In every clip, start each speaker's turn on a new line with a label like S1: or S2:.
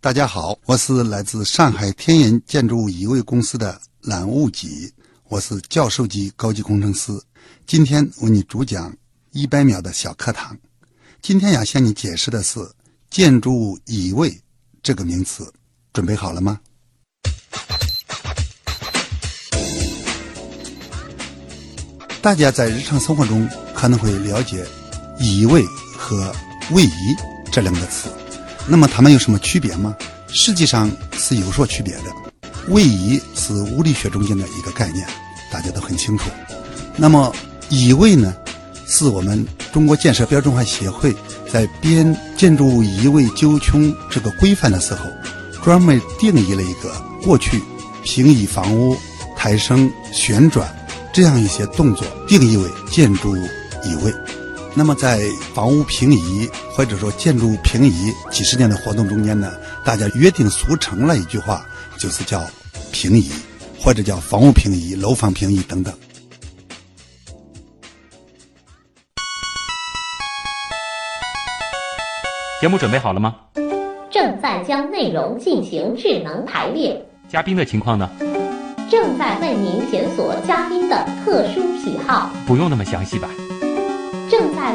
S1: 大家好，我是来自上海天研建筑移位公司的蓝雾己，我是教授级高级工程师。今天为你主讲一百秒的小课堂。今天要向你解释的是“建筑物移位”这个名词，准备好了吗？大家在日常生活中可能会了解“移位”和“位移”这两个词。那么它们有什么区别吗？实际上是有所区别的。位移是物理学中间的一个概念，大家都很清楚。那么移位呢，是我们中国建设标准化协会在编《建筑物移位纠穷》这个规范的时候，专门定义了一个过去平移房屋、抬升、旋转这样一些动作，定义为建筑物移位。那么，在房屋平移或者说建筑平移几十年的活动中间呢，大家约定俗成了一句话，就是叫平移，或者叫房屋平移、楼房平移等等。
S2: 节目准备好了吗？
S3: 正在将内容进行智能排列。
S2: 嘉宾的情况呢？
S3: 正在为您检索嘉宾的特殊喜好。
S2: 不用那么详细吧？
S3: 正在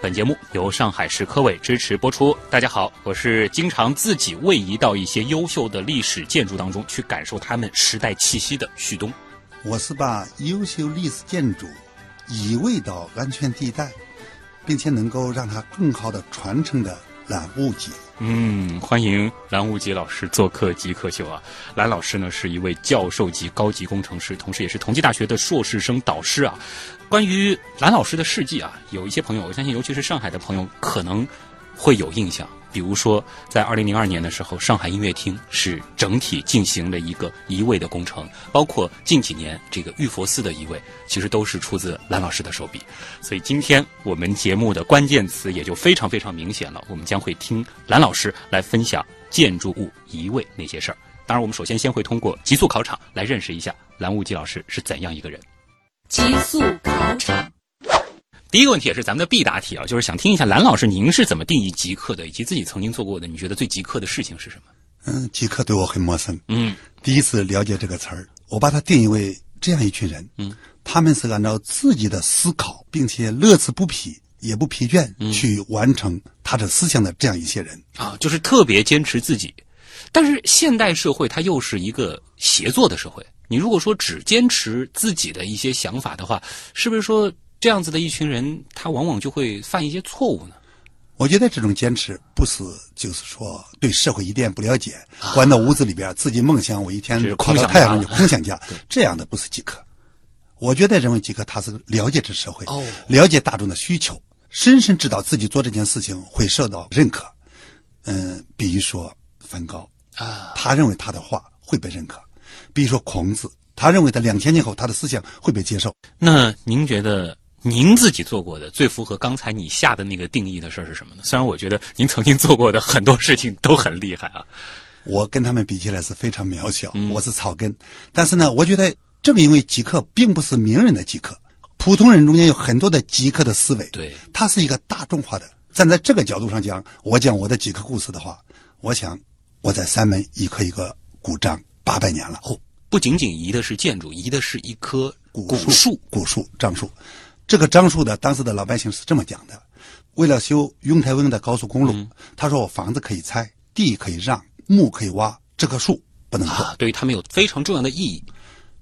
S2: 本节目由上海市科委支持播出。大家好，我是经常自己位移到一些优秀的历史建筑当中去感受他们时代气息的旭东。
S1: 我是把优秀历史建筑移位到安全地带，并且能够让它更好的传承的揽物己。
S2: 嗯，欢迎蓝无极老师做客极客秀啊！蓝老师呢是一位教授级高级工程师，同时也是同济大学的硕士生导师啊。关于蓝老师的事迹啊，有一些朋友，我相信尤其是上海的朋友可能会有印象。比如说，在二零零二年的时候，上海音乐厅是整体进行了一个移位的工程，包括近几年这个玉佛寺的移位，其实都是出自蓝老师的手笔。所以今天我们节目的关键词也就非常非常明显了，我们将会听蓝老师来分享建筑物移位那些事儿。当然，我们首先先会通过极速考场来认识一下蓝无极老师是怎样一个人。
S4: 极速考场，
S2: 第一个问题也是咱们的必答题啊，就是想听一下蓝老师您是怎么定义极客的，以及自己曾经做过的，你觉得最极客的事情是什么？
S1: 嗯，极客对我很陌生，
S2: 嗯
S1: 第一次了解这个词儿，我把它定义为这样一群人，
S2: 嗯，
S1: 他们是按照自己的思考，并且乐此不疲，也不疲倦、去完成他的思想的这样一些人。
S2: 啊，就是特别坚持自己。但是现代社会它又是一个协作的社会，你如果说只坚持自己的一些想法的话，是不是说这样子的一群人，他往往就会犯一些错误呢？
S1: 我觉得这种坚持不是就是说对社会一点不了解，关到屋子里边自己梦想，我一天
S2: 这啊是
S1: 跑
S2: 空
S1: 到
S2: 想
S1: 太阳
S2: 家
S1: 上去
S2: 了
S1: 空想 家，这样的不是极客。我觉得认为极客他是了解这社会，
S2: 哦
S1: 了解大众的需求，深深知道自己做这件事情会受到认可。嗯，比如说梵高，
S2: 啊，
S1: 他认为他的画会被认可；比如说孔子，他认为他两千年后他的思想会被接受。
S2: 那您觉得您自己做过的最符合刚才你下的那个定义的事儿是什么呢？虽然我觉得您曾经做过的很多事情都很厉害啊，
S1: 我跟他们比起来是非常渺小，
S2: 嗯
S1: 我是草根。但是呢，我觉得正因为极客并不是名人的极客，普通人中间有很多的极客的思维，
S2: 对
S1: 它是一个大众化的。站在这个角度上讲，我讲我的极客故事的话，我想我在三门一刻一个鼓掌八百年了，
S2: 哦，不仅仅移的是建筑，移的是一棵
S1: 古
S2: 古
S1: 树
S2: 树。，
S1: 古树，樟树。这个樟树的当时的老百姓是这么讲的：为了修雍台温的高速公路，
S2: 嗯
S1: 他说我房子可以拆，地可以让，墓可以挖，这棵树不能做。
S2: 啊，对于他们有非常重要的意义。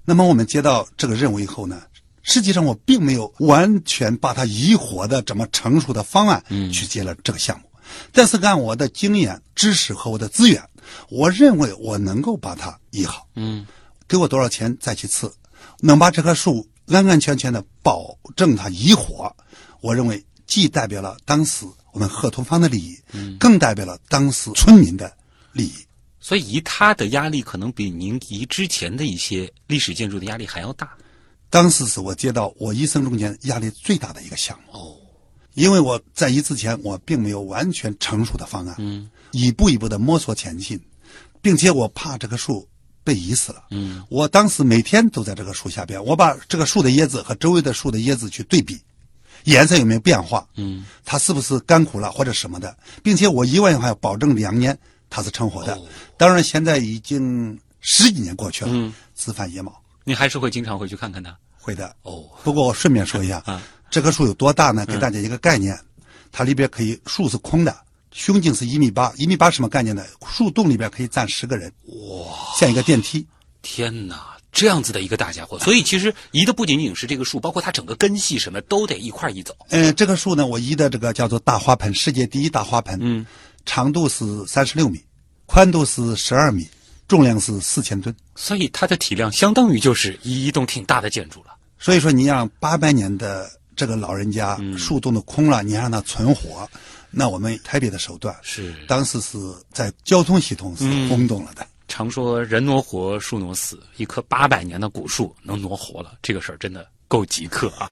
S1: 那么我们接到这个任务以后呢，实际上我并没有完全把它移活的这么成熟的方案去接了这个项目，但是按我的经验、知识和我的资源，我认为我能够把它移好。
S2: 嗯，
S1: 给我多少钱再其次，能把这棵树安安全全的保证它移活，我认为既代表了当时我们合同方的利益，更代表了当时村民的利益。
S2: 所以它的压力可能比您移之前的一些历史建筑的压力还要大。
S1: 当时是我接到我一生中间压力最大的一个项目。
S2: 哦，
S1: 因为我在移之前，我并没有完全成熟的方案，
S2: 嗯，
S1: 一步一步的摸索前进，并且我怕这棵树被移死了。
S2: 嗯，
S1: 我当时每天都在这个树下边，我把这个树的叶子和周围的树的叶子去对比，颜色有没有变化？
S2: 嗯，
S1: 它是不是干枯了或者什么的？并且我一万块保证两年它是成活
S2: 哦
S1: 的。当然，现在已经十几年过去了，
S2: 嗯
S1: 枝繁叶茂，
S2: 你还是会经常回去看看它。
S1: 会的。
S2: 哦，
S1: 不过我顺便说一下，
S2: 啊嗯
S1: 这棵树有多大呢？给大家一个概念，它里边可以树是空的，胸径是一米八，一米八什么概念呢？树洞里边可以站十个人，哇，像一个电梯。
S2: 天哪！这样子的一个大家伙，所以其实移的不仅仅是这个树，包括它整个根系什么都得一块儿移走。
S1: 呃，这棵树呢，我移的这个叫做大花盆，世界第一大花盆，
S2: 嗯，
S1: 长度是三十六米，宽度是十二米，重量是四千吨。
S2: 所以它的体量相当于就是一一栋挺大的建筑了。
S1: 所以说，你让八百年的这个老人家、
S2: 嗯
S1: 树洞都空了，你让它存活，那我们台北的手段
S2: 是
S1: 当时是在交通系统是
S2: 嗯
S1: 轰动了的。
S2: 常说人挪活，树挪死，一棵八百年的古树能挪活了，这个事儿真的够极客啊！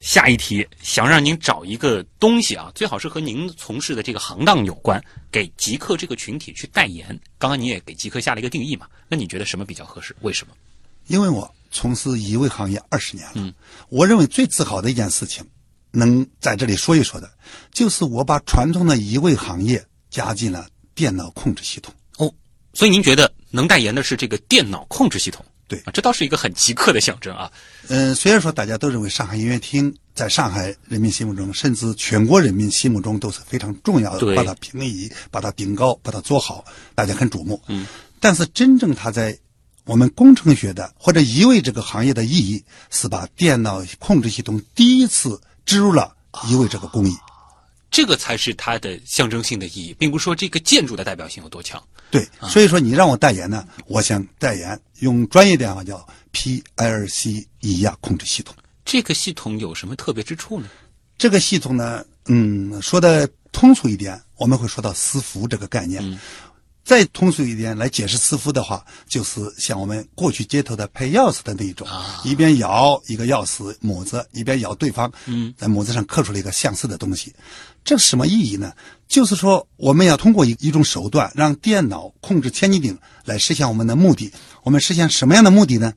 S2: 下一题，想让您找一个东西啊，最好是和您从事的这个行当有关，给极客这个群体去代言。刚刚你也给极客下了一个定义嘛，那你觉得什么比较合适？为什么？
S1: 因为我从事移位行业二十年了，
S2: 嗯
S1: 我认为最自豪的一件事情，能在这里说一说的，就是我把传统的移位行业加进了电脑控制系统。
S2: 哦，所以您觉得能代言的是这个电脑控制系统？
S1: 对
S2: 啊，这倒是一个很极客的象征啊。
S1: 嗯，虽然说大家都认为上海音乐厅在上海人民心目中，甚至全国人民心目中都是非常重要
S2: 对
S1: 的，把它平移、把它顶高、把它做好，大家很瞩目。嗯，但是真正它在我们工程学的或者移位这个行业的意义，是把电脑控制系统第一次植入了移位这个工艺。
S2: 这个才是它的象征性的意义，并不是说这个建筑的代表性有多强。
S1: 对，所以说你让我代言呢，我想代言用专业点话叫 PLC 液压控制系统。
S2: 这个系统有什么特别之处呢？
S1: 这个系统呢，嗯，说的通俗一点，我们会说到私服这个概念。再通俗一点来解释私服的话，就是像我们过去街头的配钥匙的那一种，一边摇一个钥匙母子，一边摇对方，嗯，在母子上刻出了一个相似的东西。这是什么意义呢？就是说，我们要通过一一种手段，让电脑控制千斤顶来实现我们的目的。我们实现什么样的目的呢？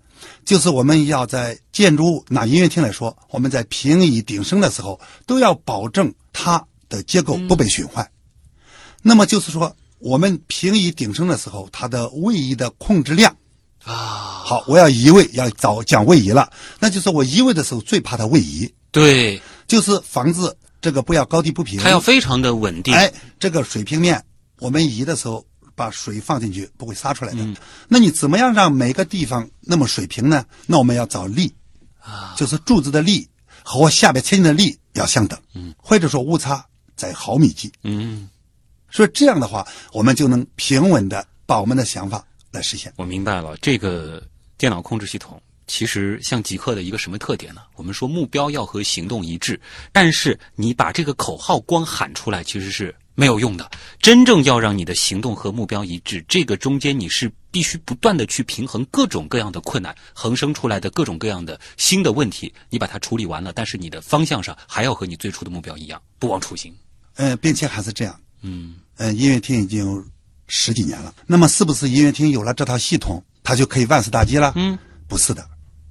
S1: 就是我们要在建筑物，拿音乐厅来说，我们在平移顶升的时候，都要保证它的结构不被损坏。那么就是说，我们平移顶升的时候，它的位移的控制量
S2: 啊，
S1: 好，我要移位，要找讲位移了。那就是我移位的时候最怕它位移，
S2: 对，
S1: 就是房子这个不要高低不平，
S2: 它要非常的稳定。
S1: 哎，这个水平面，我们移的时候把水放进去不会撒出来的。那你怎么样让每个地方那么水平呢？那我们要找力，啊，就是柱子的力和我下边千斤的力要相等，嗯，或者说误差在毫米级，
S2: 嗯，
S1: 所以这样的话，我们就能平稳的把我们的想法来实现。
S2: 我明白了，这个电脑控制系统。其实像极客的一个什么特点呢？我们说目标要和行动一致，但是你把这个口号光喊出来其实是没有用的。真正要让你的行动和目标一致，这个中间你是必须不断的去平衡各种各样的困难，横生出来的各种各样的新的问题，你把它处理完了，但是你的方向上还要和你最初的目标一样，不忘初心。
S1: 嗯、并且还是这样，
S2: 嗯，
S1: 嗯、音乐厅已经有十几年了，那么是不是音乐厅有了这套系统，它就可以万事大吉了？
S2: 嗯，
S1: 不是的。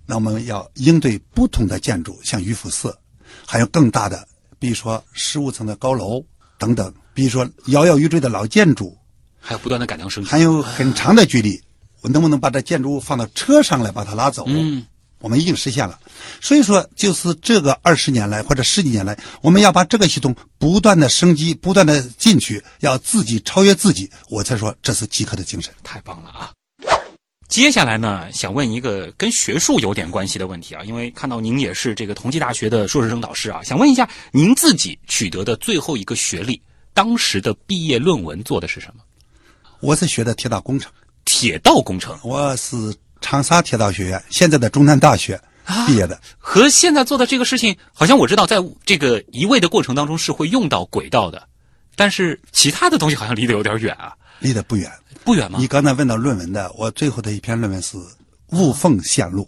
S1: 那我们要应对不同的建筑，像鱼腐寺，还有更大的，比如说十五层的高楼等等，比如说摇摇欲坠的老建筑，
S2: 还要不断的改良升级。
S1: 还有很长的距离，我能不能把这建筑物放到车上来把它拉走？
S2: 嗯，
S1: 我们已经实现了。所以说，就是这个二十年来或者十几年来，我们要把这个系统不断的升级，不断的进去，要自己超越自己，我才说这是极客的精神。
S2: 太棒了啊！接下来呢，想问一个跟学术有点关系的问题啊，因为看到您也是这个同济大学的硕士生导师啊，想问一下您自己取得的最后一个学历，当时的毕业论文做的是什么？
S1: 我是学的铁道工程，
S2: 铁道工程
S1: 我是长沙铁道学院现在的中山大学毕业的。
S2: 和现在做的这个事情，好像我知道在这个移位的过程当中是会用到轨道的，但是其他的东西好像离得有点远啊。
S1: 离得不远。
S2: 不远吗
S1: 你？刚才问到论文的，我最后的一篇论文是《雾峰线路》，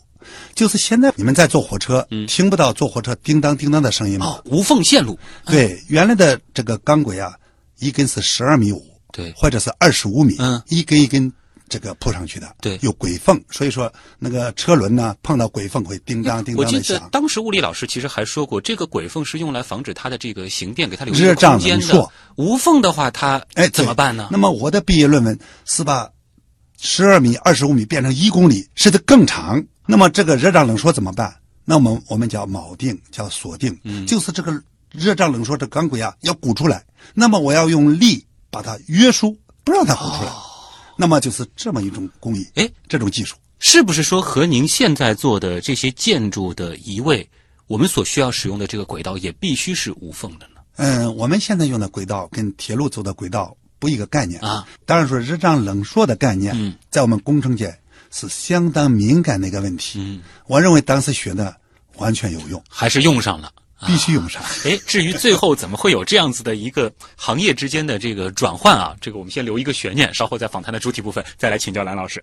S1: 就是现在你们在坐火车，听不到坐火车叮当叮当的声音吗？
S2: 嗯哦，嗯无缝线路，
S1: 对，原来的这个钢轨啊，一根是十二米五，
S2: 对
S1: 或者是二十五米，
S2: 嗯
S1: 一根一根这个铺上去的，
S2: 对
S1: 有轨缝，所以说那个车轮呢碰到轨缝会叮当叮
S2: 我
S1: 当
S2: 记
S1: 的
S2: 得
S1: 响。
S2: 当时物理老师其实还说过，这个轨缝是用来防止它的这个形变给它留
S1: 热
S2: 一个
S1: 胀
S2: 空间
S1: 冷
S2: 的
S1: 缩。
S2: 无缝的话，它
S1: 哎，
S2: 怎么
S1: 对
S2: 办呢？
S1: 那么我的毕业论文是把十二米、二十五米变成一公里，使得更长。那么这个热胀冷缩怎么办？那我们我们叫锚定，叫锁定，
S2: 嗯
S1: 就是这个热胀冷缩这钢轨啊要鼓出来。那么我要用力把它约束，不让它鼓出来。那么就是这么一种工艺，
S2: 哦哎，
S1: 这种技术。
S2: 是不是说和您现在做的这些建筑的移位，我们所需要使用的这个轨道也必须是无缝的呢？
S1: 嗯，我们现在用的轨道跟铁路走的轨道不一个概念
S2: 啊。
S1: 当然说热胀冷缩的概念，
S2: 嗯
S1: 在我们工程界是相当敏感的一个问题。
S2: 嗯
S1: 我认为当时学的完全有用，
S2: 还是用上了？
S1: 必须用上。
S2: 哎，至于最后怎么会有这样子的一个行业之间的这个转换啊，这个我们先留一个悬念，稍后在访谈的主体部分再来请教兰老师。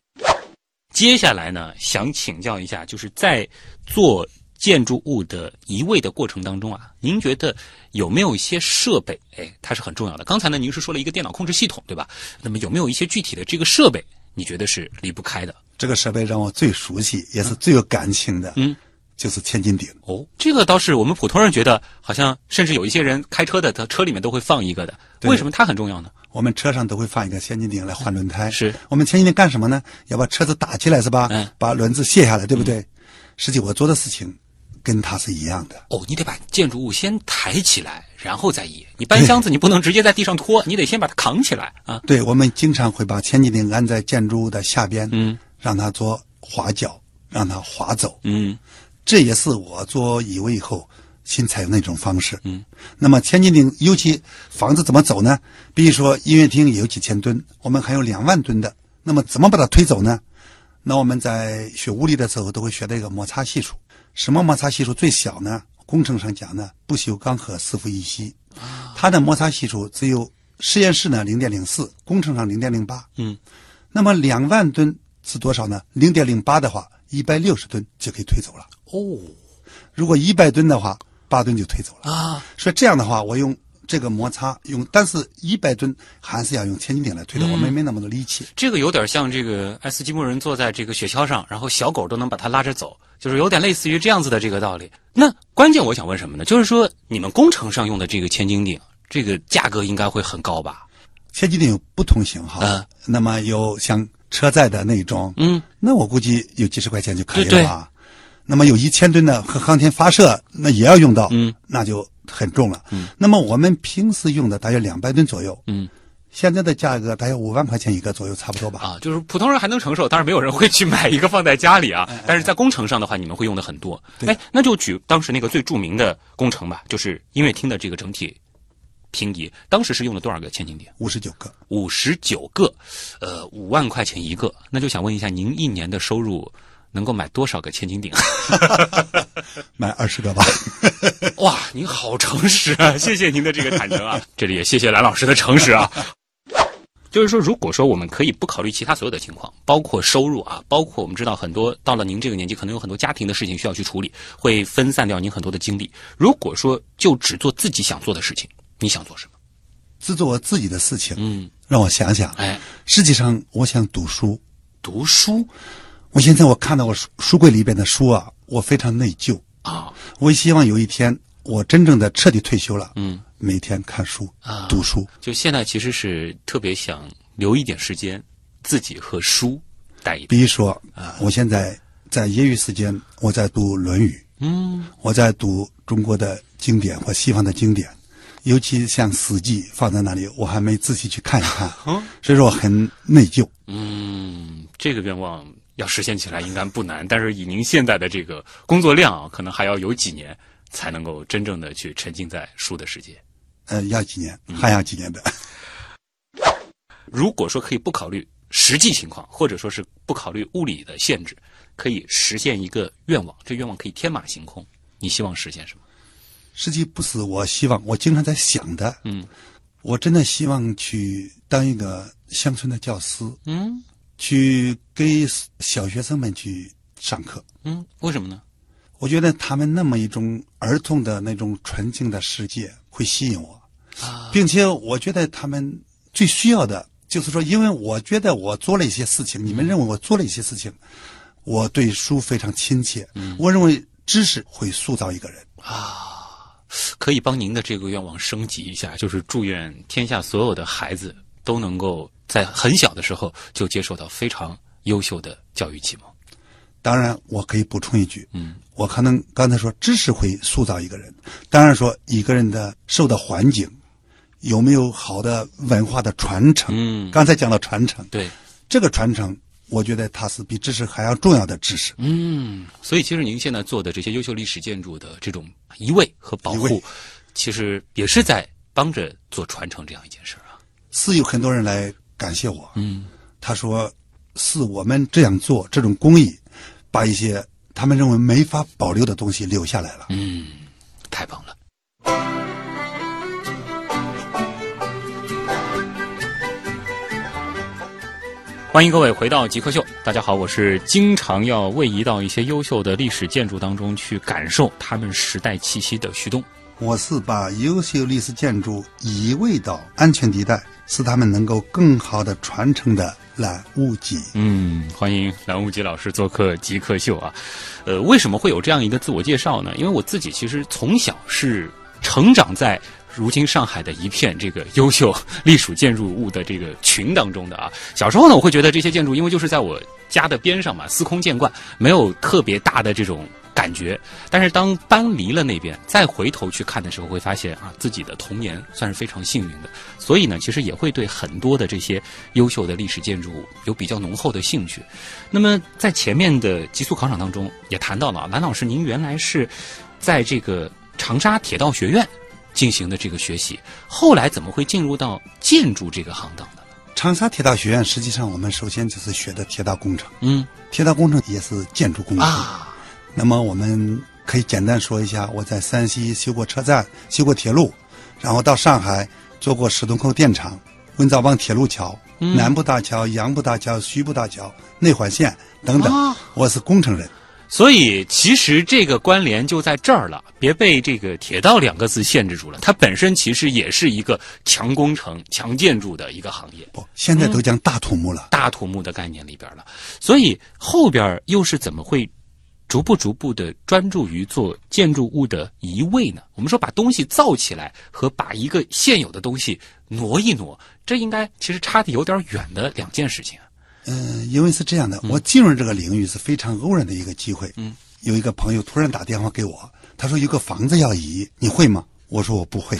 S2: 接下来呢，想请教一下，就是在做建筑物的移位的过程当中啊，您觉得有没有一些设备，哎，它是很重要的？刚才呢，您是说了一个电脑控制系统，对吧？那么有没有一些具体的这个设备，你觉得是离不开的？
S1: 这个设备让我最熟悉，也是最有感情的，
S2: 嗯，
S1: 就是千斤顶。
S2: 哦，这个倒是我们普通人觉得好像，甚至有一些人开车的，他车里面都会放一个的，
S1: 对
S2: 为什么它很重要呢？
S1: 我们车上都会放一个千斤顶来换轮胎。
S2: 是
S1: 我们千斤顶干什么呢？要把车子打起来是吧？
S2: 嗯
S1: 把轮子卸下来，对不对？实际我做的事情跟它是一样的。
S2: 哦，你得把建筑物先抬起来，然后再移。你搬箱子，你不能直接在地上拖，你得先把它扛起来啊。
S1: 对，我们经常会把千斤顶安在建筑物的下边，
S2: 嗯，
S1: 让它做滑脚，让它滑走。
S2: 嗯，
S1: 这也是我做移位以后新采用的一种方式。嗯，那么千斤顶，尤其房子怎么走呢？比如说音乐厅也有几千吨，我们还有两万吨的，那么怎么把它推走呢？那我们在学物理的时候都会学到一个摩擦系数，什么摩擦系数最小呢？工程上讲呢，不锈钢和四氟乙烯，它的摩擦系数只有实验室呢零点零四，工程上零点零八。
S2: 嗯，
S1: 那么两万吨是多少呢？零点零八的话，一百六十吨就可以推走了。
S2: 哦
S1: 如果一百吨的话，八吨就推走了。
S2: 啊，
S1: 所以这样的话，我用这个摩擦用，但是一百吨还是要用千斤顶来推
S2: 嗯
S1: 的，我们没那么多力气。
S2: 这个有点像这个爱斯基摩人坐在这个雪橇上，然后小狗都能把它拉着走，就是有点类似于这样子的这个道理。那关键我想问什么呢？就是说你们工程上用的这个千斤顶，这个价格应该会很高吧？
S1: 千斤顶有不同型号，
S2: 嗯
S1: 那么有像车载的那种，
S2: 嗯，
S1: 那我估计有几十块钱就可以
S2: 对
S1: 了
S2: 对
S1: 吧。那么有一千吨的和航天发射，那也要用到，
S2: 嗯，
S1: 那就很重了。嗯，那么我们平时用的大约两百吨左右，
S2: 嗯，
S1: 现在的价格大约五万块钱一个左右，差不多吧。
S2: 啊，就是普通人还能承受，当然没有人会去买一个放在家里啊。但是在工程上的话，你们会用的很多。
S1: 对
S2: 哎，那就举当时那个最著名的工程吧，就是音乐厅的这个整体平移，当时是用了多少个千斤顶？
S1: 五十九个，
S2: 五十九个，呃，五万块钱一个。那就想问一下，您一年的收入能够买多少个千斤顶？啊
S1: 买二十个吧。
S2: 哇，您好诚实啊！谢谢您的这个坦诚啊，这里也谢谢兰老师的诚实啊。就是说，如果说我们可以不考虑其他所有的情况，包括收入啊，包括我们知道很多到了您这个年纪，可能有很多家庭的事情需要去处理，会分散掉您很多的精力。如果说就只做自己想做的事情，你想做什么？
S1: 只做我自己的事情，
S2: 嗯，
S1: 让我想想，
S2: 哎，
S1: 实际上我想读书。
S2: 读书
S1: 我现在我看到我书书柜里边的书啊，我非常内疚。
S2: 啊，
S1: 我希望有一天我真正的彻底退休了，
S2: 嗯，
S1: 每天看书、
S2: 啊
S1: 读书，
S2: 就现在其实是特别想留一点时间，自己和书待一待。
S1: 比如说，
S2: 啊
S1: 我现在在业余时间我在读《论语》，
S2: 嗯，
S1: 我在读中国的经典或西方的经典，尤其像《史记》放在那里，我还没仔细去看一看，
S2: 哦
S1: 所以说我很内疚。
S2: 嗯，这个愿望要实现起来应该不难，但是以您现在的这个工作量啊，可能还要有几年才能够真正的去沉浸在书的世界。
S1: 呃，要几年，
S2: 嗯
S1: 还要几年的。
S2: 如果说可以不考虑实际情况，或者说是不考虑物理的限制，可以实现一个愿望，这愿望可以天马行空。你希望实现什么？
S1: 实际不是我希望，我经常在想的。
S2: 嗯，
S1: 我真的希望去当一个乡村的教师
S2: 嗯
S1: 去给小学生们去上课。
S2: 嗯，为什么呢？
S1: 我觉得他们那么一种儿童的那种纯净的世界会吸引我，
S2: 啊
S1: 并且我觉得他们最需要的就是说，因为我觉得我做了一些事情，你
S2: 嗯
S1: 们认为我做了一些事情，我对书非常亲切，
S2: 嗯
S1: 我认为知识会塑造一个人。
S2: 啊可以帮您的这个愿望升级一下，就是祝愿天下所有的孩子都能够在很小的时候就接受到非常优秀的教育启蒙。
S1: 当然，我可以补充一句，
S2: 嗯，
S1: 我可能刚才说知识会塑造一个人，当然说一个人的受的环境有没有好的文化的传承，
S2: 嗯
S1: 刚才讲到传承，
S2: 对，
S1: 这个传承，我觉得它是比知识还要重要的知识。
S2: 嗯，所以其实您现在做的这些优秀历史建筑的这种移位和保
S1: 移
S2: 护
S1: 位，
S2: 其实也是在帮着做传承这样一件事儿啊。
S1: 是有很多人来感谢我，
S2: 嗯
S1: 他说是我们这样做这种公益，把一些他们认为没法保留的东西留下来了。
S2: 嗯，太棒了。欢迎各位回到极客秀，大家好，我是经常要位移到一些优秀的历史建筑当中去感受他们时代气息的旭东。
S1: 我是把优秀历史建筑移位到安全地带，使他们能够更好的传承的览物己。
S2: 嗯，欢迎蓝无极老师做客极客秀啊。呃，为什么会有这样一个自我介绍呢？因为我自己其实从小是成长在如今上海的一片这个优秀历史建筑物的这个群当中的啊。小时候呢，我会觉得这些建筑因为就是在我家的边上嘛，司空见惯，没有特别大的这种。感觉，但是当搬离了那边，再回头去看的时候，会发现啊，自己的童年算是非常幸运的。所以呢，其实也会对很多的这些优秀的历史建筑物有比较浓厚的兴趣。那么在前面的极速考场当中也谈到了啊，蓝老师您原来是在这个长沙铁道学院进行的这个学习，后来怎么会进入到建筑这个行当的？
S1: 长沙铁道学院实际上我们首先就是学的铁道工程，
S2: 嗯
S1: 铁道工程也是建筑工程。
S2: 啊，
S1: 那么我们可以简单说一下，我在山西修过车站，修过铁路，然后到上海做过石洞口电厂、温兆邦铁路桥、
S2: 嗯
S1: 南部大桥、杨浦大桥、徐浦大桥、内环线等等。
S2: 啊
S1: 我是工程人，
S2: 所以其实这个关联就在这儿了，别被这个“铁道”两个字限制住了，它本身其实也是一个强工程、强建筑的一个行业。
S1: 不，现
S2: 嗯
S1: 在都讲大土木了。
S2: 大土木的概念里边了。所以后边又是怎么会逐步逐步的专注于做建筑物的移位呢？我们说把东西造起来和把一个现有的东西挪一挪，这应该其实差的有点远的两件事情啊。
S1: 嗯、因为是这样的，我进入这个领域是非常偶然的一个机会。
S2: 嗯，
S1: 有一个朋友突然打电话给我，他说有个房子要移，你会吗？我说我不会，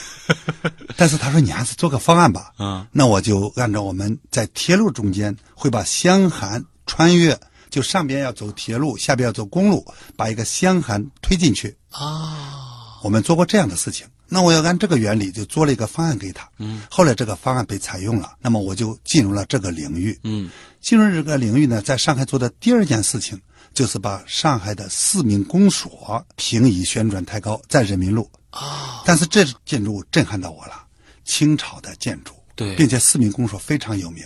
S1: 但是他说你还是做个方案吧。
S2: 嗯
S1: 那我就按照我们在铁路中间会把湘涵穿越，就上边要走铁路，下边要走公路，把一个湘涵推进去。
S2: 啊，
S1: 我们做过这样的事情。那我要按这个原理就做了一个方案给他。嗯，后来这个方案被采用了，那么我就进入了这个领域。
S2: 嗯
S1: 进入这个领域呢，在上海做的第二件事情就是把上海的市民公所平移旋转抬高，在人民路。
S2: 啊，
S1: 但是这建筑震撼到我了，清朝的建筑，
S2: 对
S1: 并且市民公所非常有名，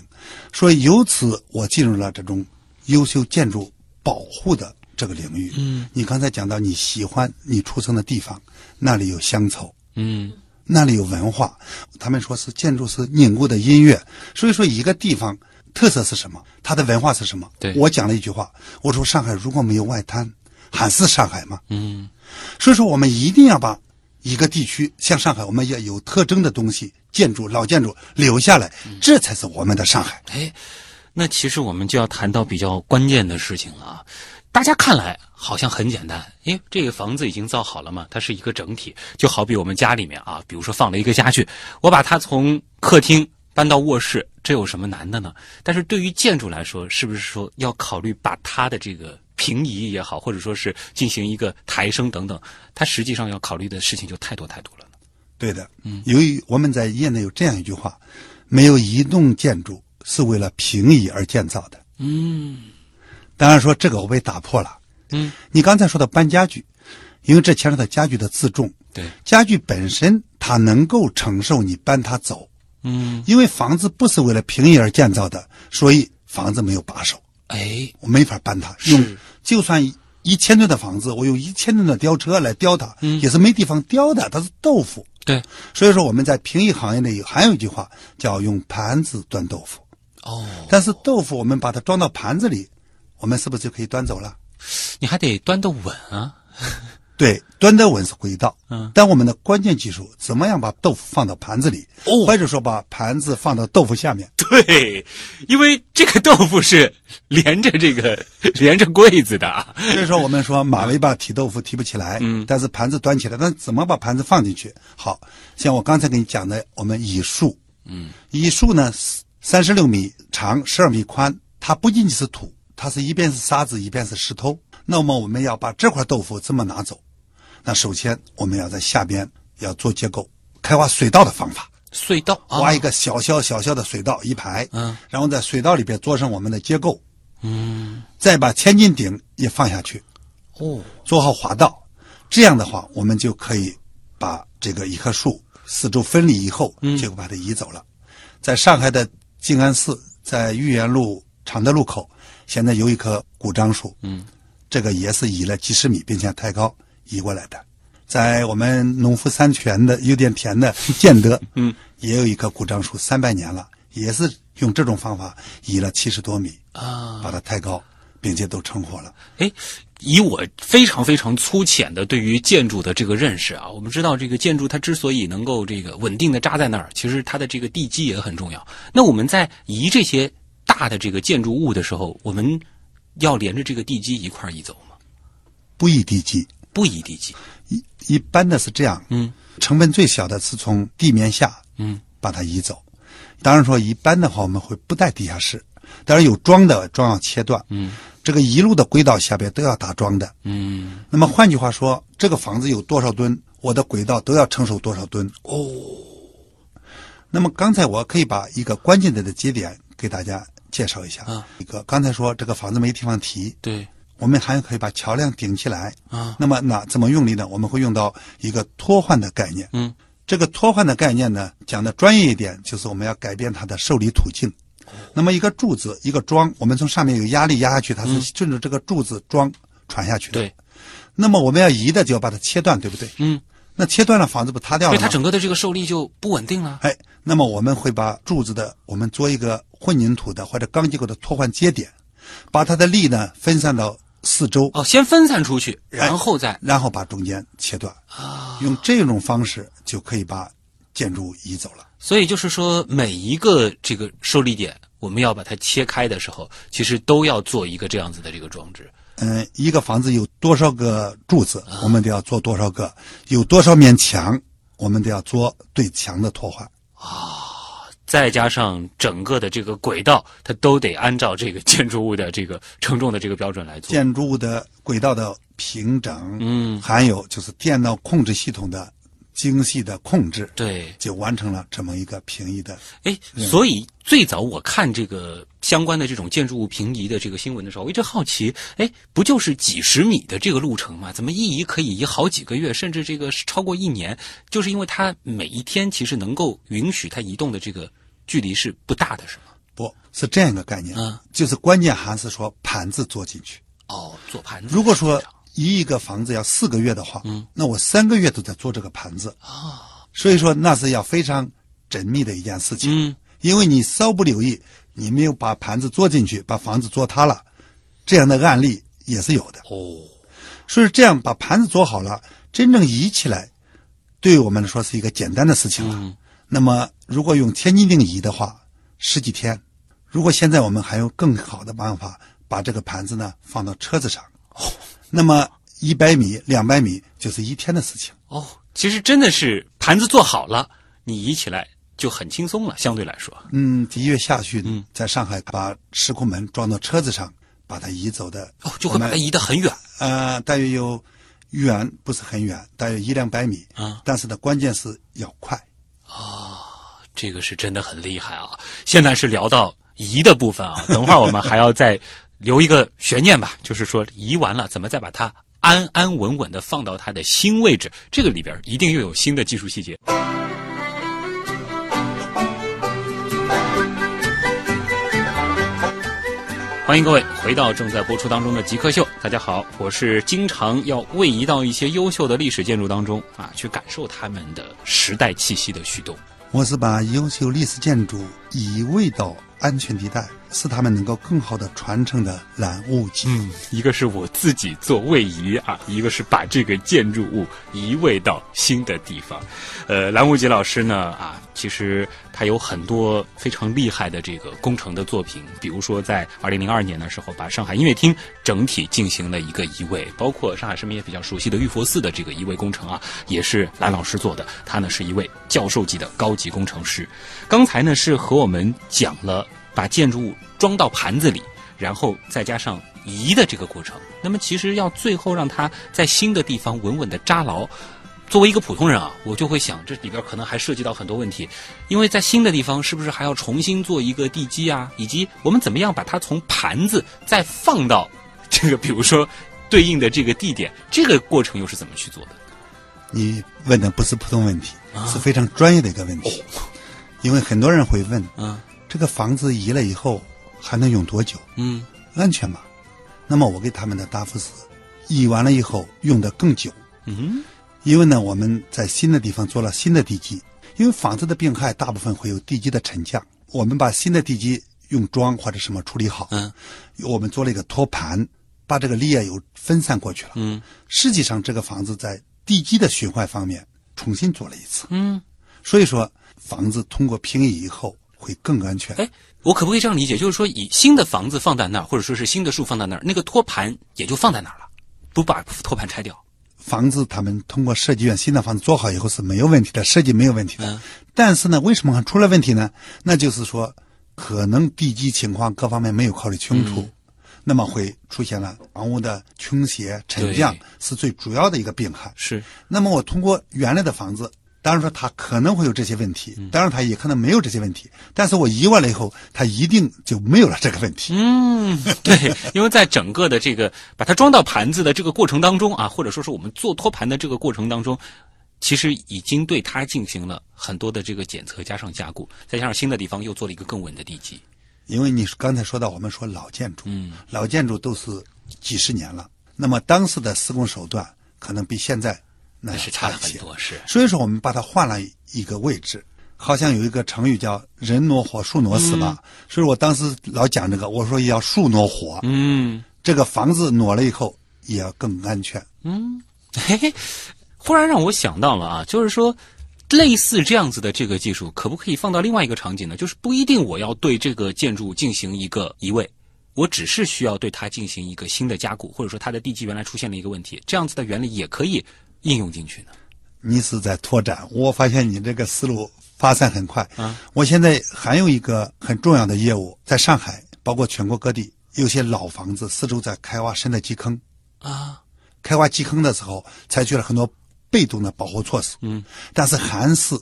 S1: 所以由此我进入了这种优秀建筑保护的这个领域。嗯，你刚才讲到你喜欢你出生的地方，那里有乡愁，
S2: 嗯
S1: 那里有文化，他们说是建筑是凝固的音乐，所以说一个地方特色是什么，它的文化是什么？
S2: 对
S1: 我讲了一句话，我说上海如果没有外滩，还是上海吗？
S2: 嗯
S1: 所以说，我们一定要把一个地区，像上海，我们要有特征的东西，建筑、老建筑留下来，
S2: 嗯
S1: 这才是我们的上海。
S2: 哎，那其实我们就要谈到比较关键的事情了啊。大家看来好像很简单，因为这个房子已经造好了嘛，它是一个整体，就好比我们家里面啊，比如说放了一个家具，我把它从客厅搬到卧室，这有什么难的呢？但是对于建筑来说，是不是说要考虑把它的这个平移也好，或者说是进行一个抬升等等，它实际上要考虑的事情就太多太多了呢？
S1: 对的，
S2: 嗯
S1: 由于我们在业内有这样一句话：没有一栋建筑是为了平移而建造的。
S2: 嗯
S1: 当然说这个我被打破了。
S2: 嗯，
S1: 你刚才说的搬家具，因为这牵扯到家具的自重，
S2: 对，
S1: 家具本身它能够承受你搬它走，
S2: 嗯，
S1: 因为房子不是为了便宜而建造的，所以房子没有把手，
S2: 哎，
S1: 我没法搬它。
S2: 是
S1: 用就算一千吨的房子，我用一千吨的吊车来吊它，
S2: 嗯
S1: 也是没地方吊的，它是豆腐。
S2: 对，
S1: 所以说我们在平易行业内还有一句话叫“用盘子端豆腐
S2: 哦”，，
S1: 但是豆腐我们把它装到盘子里，我们是不是就可以端走了？
S2: 你还得端得稳啊，
S1: 对，端得稳是轨道，
S2: 嗯
S1: 但我们的关键技术怎么样把豆腐放到盘子里，
S2: 哦
S1: 或者说把盘子放到豆腐下面，
S2: 对，因为这个豆腐是连着这个 连着柜子的啊，
S1: 所以说我们说马尾巴提豆腐提不起来，
S2: 嗯
S1: 但是盘子端起来，那怎么把盘子放进去？好像我刚才给你讲的，我们乙树，
S2: 嗯，
S1: 乙树呢三十六米长，十二米宽，它不仅仅是土，它是一边是沙子，一边是石头。那么我们要把这块豆腐这么拿走，那首先我们要在下边要做结构，开挖水道的方法。
S2: 隧道啊，
S1: 挖一个小小小小的水道一排，
S2: 嗯，
S1: 然后在水道里边做上我们的结构，嗯，再把千斤顶也放下去，
S2: 哦，
S1: 做好滑道，这样的话，我们就可以把这个一棵树四周分离以后，
S2: 嗯
S1: 结果把它移走了。在上海的静安寺，在豫园路常德路口，现在有一棵古樟树，
S2: 嗯，
S1: 这个也是移了几十米，并且太高移过来的。在我们农夫山泉的有点田的建 德，嗯，也有一棵古樟树，三百年了，也是用这种方法移了七十多米，
S2: 啊，
S1: 把它抬高，并且都成活了。
S2: 哎，以我非常非常粗浅的对于建筑的这个认识啊，我们知道这个建筑它之所以能够这个稳定的扎在那儿，其实它的这个地基也很重要。那我们在移这些大的这个建筑物的时候，我们要连着这个地基一块儿移走吗？
S1: 不宜地基，
S2: 不移地基，
S1: 一一般的是这样，
S2: 嗯，
S1: 成本最小的是从地面下，
S2: 嗯，
S1: 把它移走。当然说一般的话，我们会不带地下室，当然有桩的桩要切断，嗯，这个一路的轨道下边都要打桩的。
S2: 嗯，
S1: 那么换句话说，这个房子有多少吨，我的轨道都要承受多少吨。哦，那么刚才我可以把一个关键的的节点给大家介绍一下。
S2: 啊，
S1: 一个刚才说这个房子没地方提，
S2: 对，
S1: 我们还可以把桥梁顶起来。
S2: 啊，
S1: 那么那怎么用力呢？我们会用到一个拖换的概念。
S2: 嗯，
S1: 这个拖换的概念呢，讲的专业一点，就是我们要改变它的受力途径。
S2: 哦
S1: 那么一个柱子，一个桩，我们从上面有压力压下去，它是顺着这个柱子桩传下去的。
S2: 嗯对，
S1: 那么我们要移的就要把它切断，对不对？
S2: 嗯，
S1: 那切断了，房子不塌掉
S2: 所以
S1: 了
S2: 它
S1: 吗？
S2: 整个的这个受力就不稳定了。
S1: 哎，那么我们会把柱子的，我们做一个混凝土的或者钢结构的拖换接点，把它的力呢分散到四周，
S2: 哦，先分散出去，然后再、
S1: 然后把中间切断，
S2: 啊
S1: 用这种方式就可以把建筑移走了。
S2: 所以就是说，每一个这个受力点，我们要把它切开的时候，其实都要做一个这样子的这个装置。
S1: 嗯，一个房子有多少个柱子，
S2: 啊
S1: 我们都要做多少个；有多少面墙，我们都要做对墙的拓换。
S2: 再加上整个的这个轨道，它都得按照这个建筑物的这个承重的这个标准来做。
S1: 建筑物的轨道的平整，
S2: 嗯，
S1: 还有就是电脑控制系统的精细的控制，
S2: 对，
S1: 就完成了这么一个平移的。
S2: 哎，所以最早我看这个相关的这种建筑物平移的这个新闻的时候，我一直好奇，哎，不就是几十米的这个路程吗？怎么一移可以移好几个月，甚至这个超过一年？就是因为它每一天其实能够允许它移动的这个距离是不大的，是吗？
S1: 不是这样一个概念，
S2: 嗯
S1: 就是关键还是说盘子做进去。
S2: 哦，做盘子。
S1: 如果说一亿个房子要四个月的话，嗯，那我三个月都在做这个盘子啊，所以说那是要非常缜密的一件事情，
S2: 嗯，
S1: 因为你稍不留意，你没有把盘子做进去，把房子做塌了，这样的案例也是有的。
S2: 哦，
S1: 所以这样把盘子做好了，真正移起来，对于我们来说是一个简单的事情了。
S2: 嗯
S1: 那么如果用千斤顶移的话，十几天。如果现在我们还有更好的办法，把这个盘子呢放到车子上，
S2: 哦
S1: 那么一百米、两百米就是一天的事情。
S2: 哦，其实真的是盘子做好了，你移起来就很轻松了，相对来说。
S1: 嗯，一月下旬，
S2: 嗯
S1: 在上海把石库门装到车子上，把它移走的
S2: 哦，就会把它移得很远。
S1: 呃，大约有远不是很远，大约一两百米
S2: 啊
S1: 但是呢，关键是要快。
S2: 这个是真的很厉害啊！现在是聊到移的部分啊，等会儿我们还要再留一个悬念吧，就是说移完了怎么再把它安安稳稳的放到它的新位置，这个里边一定又有新的技术细节。欢迎各位回到正在播出当中的《极客秀》，大家好，我是经常要位移到一些优秀的历史建筑当中啊，去感受他们的时代气息的旭东。
S1: 我是把优秀历史建筑移位到安全地带，是他们能够更好的传承的染物剂。
S2: 嗯，一个是我自己做位移啊，一个是把这个建筑物移位到新的地方。呃，蓝无极老师呢啊，其实他有很多非常厉害的这个工程的作品，比如说在二零零二年的时候，把上海音乐厅整体进行了一个移位，包括上海市民也比较熟悉的玉佛寺的这个移位工程啊，也是蓝老师做的。他呢是一位教授级的高级工程师。刚才呢是和我们讲了把建筑物装到盘子里。然后再加上移的这个过程。那么其实要最后让它在新的地方稳稳的扎牢。作为一个普通人啊，我就会想，这里边可能还涉及到很多问题，因为在新的地方是不是还要重新做一个地基啊？以及我们怎么样把它从盘子再放到这个，比如说对应的这个地点，这个过程又是怎么去做的？
S1: 你问的不是普通问题，是非常专业的一个问题，因为很多人会问，
S2: 嗯
S1: 这个房子移了以后还能用多久？
S2: 嗯
S1: 安全吗？那么我给他们的答复是，移完了以后用的更久，
S2: 嗯
S1: 因为呢我们在新的地方做了新的地基，因为房子的病害大部分会有地基的沉降，我们把新的地基用桩或者什么处理好，
S2: 嗯
S1: 我们做了一个托盘，把这个力啊又分散过去了。
S2: 嗯
S1: 实际上这个房子在地基的损坏方面重新做了一次，
S2: 嗯。
S1: 所以说房子通过平移以后会更安全。
S2: 哎，我可不可以这样理解？就是说，以新的房子放在那儿，或者说是新的树放在那儿，那个托盘也就放在那儿了，不把托盘拆掉。
S1: 房子他们通过设计院新的房子做好以后是没有问题的，设计没有问题的。
S2: 嗯
S1: 但是呢，为什么还出了问题呢？那就是说，可能地基情况各方面没有考虑清楚，
S2: 嗯
S1: 那么会出现了房屋的倾斜、沉降
S2: 对
S1: 是最主要的一个病害。
S2: 是，
S1: 那么我通过原来的房子，当然说它可能会有这些问题，
S2: 嗯
S1: 当然它也可能没有这些问题，但是我移完了以后，它一定就没有了这个问题。
S2: 嗯， 对，因为在整个的这个把它装到盘子的这个过程当中啊，或者说是我们做托盘的这个过程当中，其实已经对它进行了很多的这个检测，加上加固，再加上新的地方又做了一个更稳的地基。
S1: 因为你刚才说到我们说老建筑，
S2: 嗯
S1: 老建筑都是几十年了，那么当时的施工手段可能比现在那
S2: 但
S1: 要
S2: 是哎差了
S1: 一
S2: 很
S1: 些。
S2: 多，是，
S1: 所以说我们把它换了一个位置。好像有一个成语叫“人挪活，树挪死”吧，所以我当时老讲这个，我说要树挪活，
S2: 嗯
S1: 这个房子挪了以后也要更安全。
S2: 嗯，嘿嘿，忽然让我想到了啊，就是说。类似这样子的这个技术，可不可以放到另外一个场景呢？就是不一定我要对这个建筑进行一个移位，我只是需要对它进行一个新的加固，或者说它的地基原来出现了一个问题，这样子的原理也可以应用进去呢。
S1: 你是在拓展，我发现你这个思路发散很快。
S2: 啊，
S1: 我现在还有一个很重要的业务，在上海，包括全国各地，有些老房子四周在开挖深的基坑，
S2: 啊，
S1: 开挖基坑的时候采取了很多被动的保护措施，
S2: 嗯，
S1: 但是还是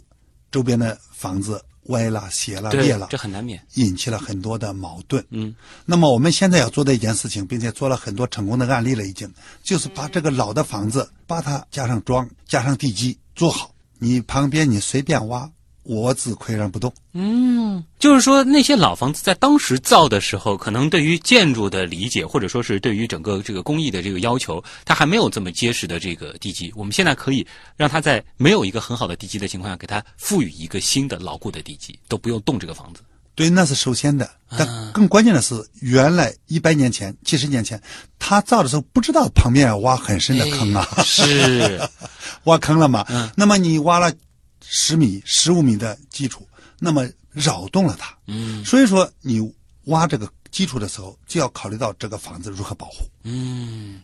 S1: 周边的房子歪了、斜了、
S2: 对
S1: 裂了，
S2: 这很难免。
S1: 引起了很多的矛盾。
S2: 嗯，
S1: 那么我们现在要做的一件事情，并且做了很多成功的案例了，已经就是把这个老的房子，把它加上桩，加上地基，做好。你旁边你随便挖，我只岿然不动。
S2: 嗯，就是说那些老房子在当时造的时候，可能对于建筑的理解，或者说是对于整个这个工艺的这个要求，它还没有这么结实的这个地基。我们现在可以让它在没有一个很好的地基的情况下，给它赋予一个新的牢固的地基，都不用动这个房子。
S1: 对，那是首先的，
S2: 啊
S1: 但更关键的是，原来一百年前、七十年前，他造的时候不知道旁边要挖很深的坑啊，
S2: 哎是，
S1: 挖坑了嘛。
S2: 嗯
S1: 那么你挖了十米、十五米的基础，那么扰动了它。
S2: 嗯
S1: 所以说，你挖这个基础的时候，就要考虑到这个房子如何保护。
S2: 嗯。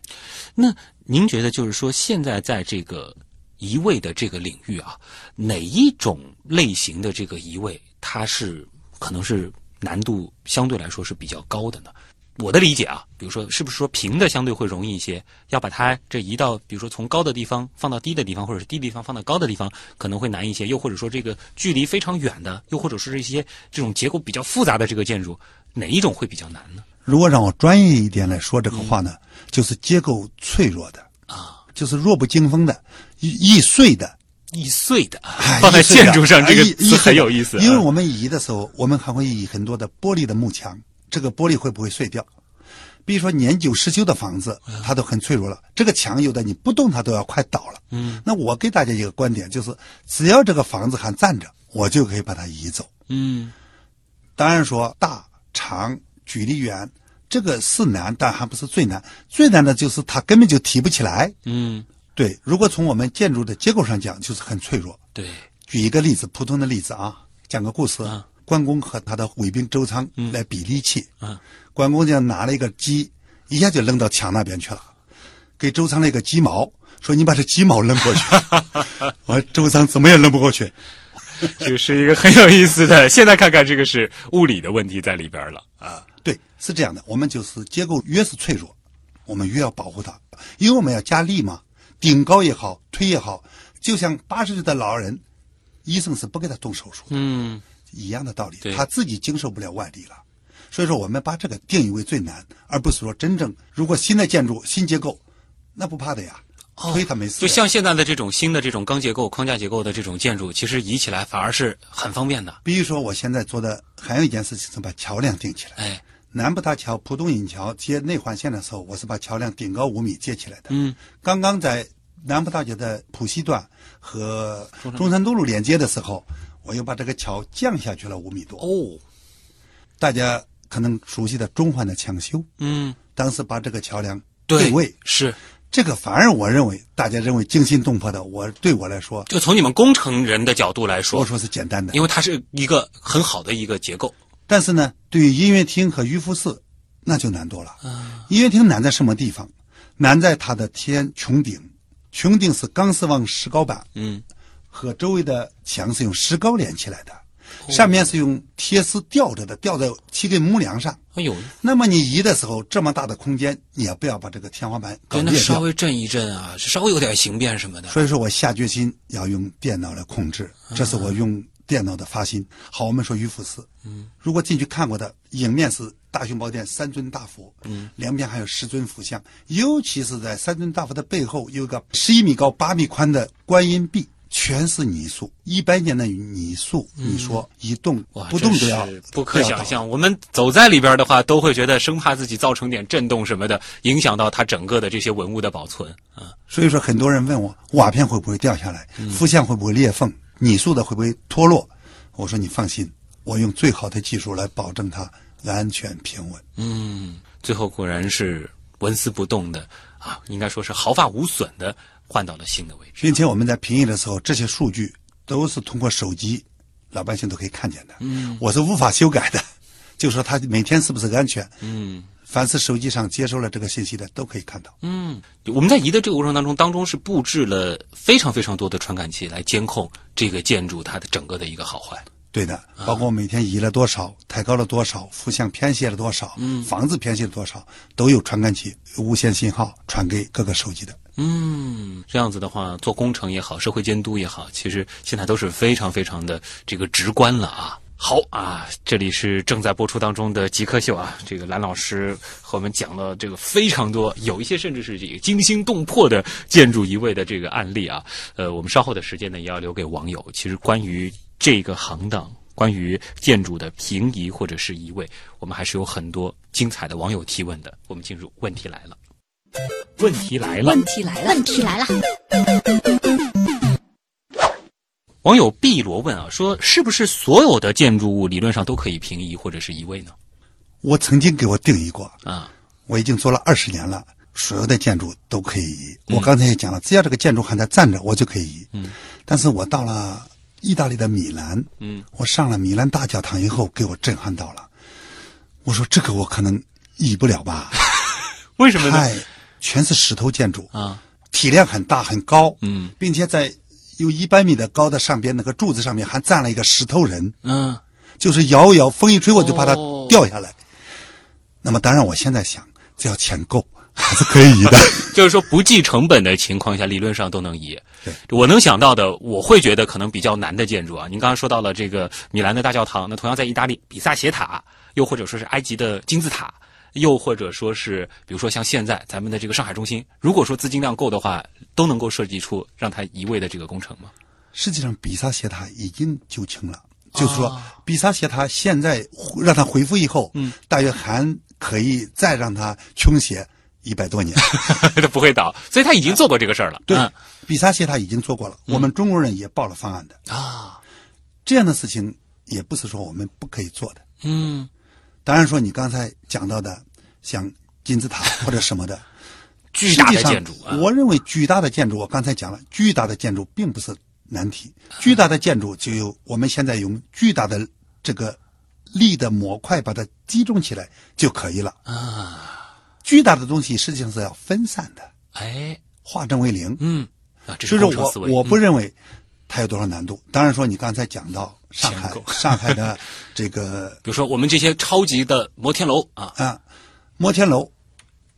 S2: 那您觉得，就是说现在在这个移位的这个领域啊，哪一种类型的这个移位，它是可能是难度相对来说是比较高的呢？我的理解啊，比如说，是不是说平的相对会容易一些？要把它这移到，比如说从高的地方放到低的地方，或者是低的地方放到高的地方，可能会难一些。又或者说这个距离非常远的，又或者是一些这种结构比较复杂的这个建筑，哪一种会比较难呢？
S1: 如果让我专业一点来说这个话呢，就是结构脆弱的
S2: 嗯啊，
S1: 就是弱不禁风的、易易碎的。
S2: 易碎的，
S1: 哎
S2: 放在
S1: 易碎的
S2: 建筑上
S1: 哎
S2: 这个
S1: 易易
S2: 词
S1: 碎
S2: 很
S1: 的
S2: 有意思啊。
S1: 因为我们移的时候，我们还会移很多的玻璃的幕墙，这个玻璃会不会碎掉？比如说年久失修的房子，
S2: 嗯
S1: 它都很脆弱了。这个墙有的你不动它都要快倒了。
S2: 嗯
S1: 那我给大家一个观点，就是只要这个房子还站着，我就可以把它移走。
S2: 嗯
S1: 当然说大、长、距离远，这个是难，但还不是最难。最难的就是它根本就提不起来。
S2: 嗯，
S1: 对，如果从我们建筑的结构上讲，就是很脆弱。
S2: 对，
S1: 举一个例子，普通的例子啊，讲个故事。
S2: 啊嗯
S1: 关公和他的卫兵周仓来比力气。
S2: 啊
S1: 关公就拿了一个鸡，一下就扔到墙那边去了，给周仓了一个鸡毛，说你把这鸡毛扔过去。 我说周仓怎么也扔不过去。
S2: 这个是一个很有意思的。现在看看这个是物理的问题在里边了啊。
S1: 对，是这样的，我们就是结构越是脆弱，我们越要保护它，因为我们要加力嘛，顶高也好，推也好，就像八十岁的老人，医生是不给他动手术的。
S2: 嗯
S1: 一样的道理
S2: 对，
S1: 他自己经受不了外力了。所以说，我们把这个定义为最难，而不是说真正如果新的建筑、新结构，那不怕的呀，推它没事的。
S2: 哦就像现在的这种新的这种钢结构、框架结构的这种建筑，其实移起来反而是很方便的。
S1: 比如说，我现在做的还有一件事情是把桥梁顶起来。
S2: 哎，
S1: 南部大桥、浦东引桥接内环线的时候，我是把桥梁顶高五米接起来的。
S2: 嗯，
S1: 刚刚在南部大桥的浦西段和中山东路连接的时候，我又把这个桥降下去了五米多。
S2: 哦，
S1: 大家可能熟悉的中环的抢修，
S2: 嗯，
S1: 当时把这个桥梁
S2: 对，
S1: 位，
S2: 是，
S1: 这个反而我认为大家认为惊心动魄的，我对我来说，
S2: 就从你们工程人的角度来
S1: 我
S2: 说，
S1: 说是简单的。
S2: 因为它是一个很好的一个结构。
S1: 但是呢，对于音乐厅和渔夫寺，那就难多了。
S2: 啊，
S1: 音乐厅难在什么地方？难在它的天穹顶，穹顶是钢丝网石膏板，
S2: 嗯，
S1: 和周围的墙是用石膏连起来的，
S2: 哦
S1: 上面是用铁丝吊着的，吊在七根木梁上。
S2: 哎呦，
S1: 那么你移的时候，这么大的空间，你也不要把这个天花板搞
S2: 对，那
S1: 裂
S2: 稍
S1: 掉。
S2: 微震一震啊，稍微有点形变什么的。啊
S1: 所以说我下决心要用电脑来控制，这是我用电脑的发心。好，我们说于福寺，嗯，如果进去看过的，影面是大雄宝殿三尊大佛，嗯，两边还有十尊佛像，尤其是在三尊大佛的背后有一个十一米高、八米宽的观音壁。全是泥塑，一百年的泥塑，你说一动
S2: 嗯哇，
S1: 不动
S2: 真
S1: 都要
S2: 是不可
S1: 都要
S2: 想
S1: 倒
S2: 象。我们走在里边的话，都会觉得生怕自己造成点震动什么的，影响到它整个的这些文物的保存啊。
S1: 所以说，很多人问我瓦片会不会掉下来，浮像会不会裂缝，泥塑的会不会脱落？我说你放心，我用最好的技术来保证它安全平稳。
S2: 嗯，最后果然是纹丝不动的啊，应该说是毫发无损的换到了新的位置。
S1: 并且我们在评议的时候，这些数据都是通过手机，老百姓都可以看见的。嗯，我是无法修改的， 就说它每天是不是安全？
S2: 嗯
S1: 凡是手机上接收了这个信息的，都可以看到。
S2: 嗯，我们在移的这个过程当中，当中是布置了非常非常多的传感器来监控这个建筑它的整个的一个好坏。
S1: 对的，
S2: 啊
S1: 包括每天移了多少，抬高了多
S2: 嗯
S1: 少，幅向偏斜了多少，房子偏斜了多少，都有传感器无线信号传给各个手机的。
S2: 嗯，这样子的话，做工程也好，社会监督也好，其实现在都是非常非常的这个直观了啊。好啊，这里是正在播出当中的《极客秀》啊，这个蓝老师和我们讲了这个非常多，有一些甚至是这个惊心动魄的建筑移位的这个案例啊。呃，我们稍后的时间呢，也要留给网友。其实关于这个行当，关于建筑的平移或者是移位，我们还是有很多精彩的网友提问的。我们进入问题来了，问题来了。
S4: 问题来了，问题来了，
S2: 网友碧罗问啊，说是不是所有的建筑物理论上都可以平移或者是移位呢？
S1: 我曾经给我定义过，
S2: 啊，
S1: 我已经做了二十年了，所有的建筑都可以移。
S2: 嗯
S1: 我刚才也讲了，只要这个建筑还在站着，我就可以移。嗯，但是我到了意大利的米兰，
S2: 嗯，
S1: 我上了米兰大教堂以后，给我震撼到了。我说这个我可能移不了 吧，
S2: 为什么呢？
S1: 太全是石头建筑
S2: 啊，
S1: 体量很大很高，
S2: 嗯，
S1: 并且在有一百米的高的上边那个柱子上面还站了一个石头人，
S2: 嗯，
S1: 就是摇一摇，风一吹我就把它
S2: 哦
S1: 掉下来。那么当然，我现在想，只要钱够， 还是可以移的。
S2: 就是说不计成本的情况下，理论上都能移。
S1: 对，
S2: 我能想到的，我会觉得可能比较难的建筑啊，您刚刚说到了这个米兰的大教堂，那同样在意大利比萨斜塔，又或者说是埃及的金字塔。又或者说是，比如说像现在咱们的这个上海中心，如果说资金量够的话，都能够设计出让它移位的这个工程吗？
S1: 实际上，比萨斜塔已经就
S2: 啊
S1: 清了，就是说，比萨斜塔现在恢让它恢复以后，嗯，大约还可以再让它穷写一百多 年。
S2: 它不会倒，所以他已经做过这个事儿了。
S1: 对
S2: 嗯，
S1: 比萨斜塔已经做过了，我们中国人也报了方案的。
S2: 啊，
S1: 这样的事情也不是说我们不可以做的。
S2: 嗯，
S1: 当然说你刚才讲到的，像金字塔或者什么的，
S2: 巨大的
S1: 实际上
S2: 建筑啊
S1: 我认为巨大的建筑，我刚才讲了，巨大的建筑并不是难题。
S2: 啊
S1: 巨大的建筑就有我们现在用巨大的这个力的模块把它集中起来就可以了。啊，巨大的东西实际上是要分散的，
S2: 哎，
S1: 化整为零。
S2: 嗯，啊，
S1: 就
S2: 这
S1: 是是
S2: 工程思
S1: 我
S2: 维。
S1: 我不
S2: 嗯
S1: 认为它有多少难度。当然说你刚才讲到上海
S2: 钱，够
S1: 上海的这个
S2: 比如说我们这些超级的摩天楼啊，
S1: 啊摩天楼，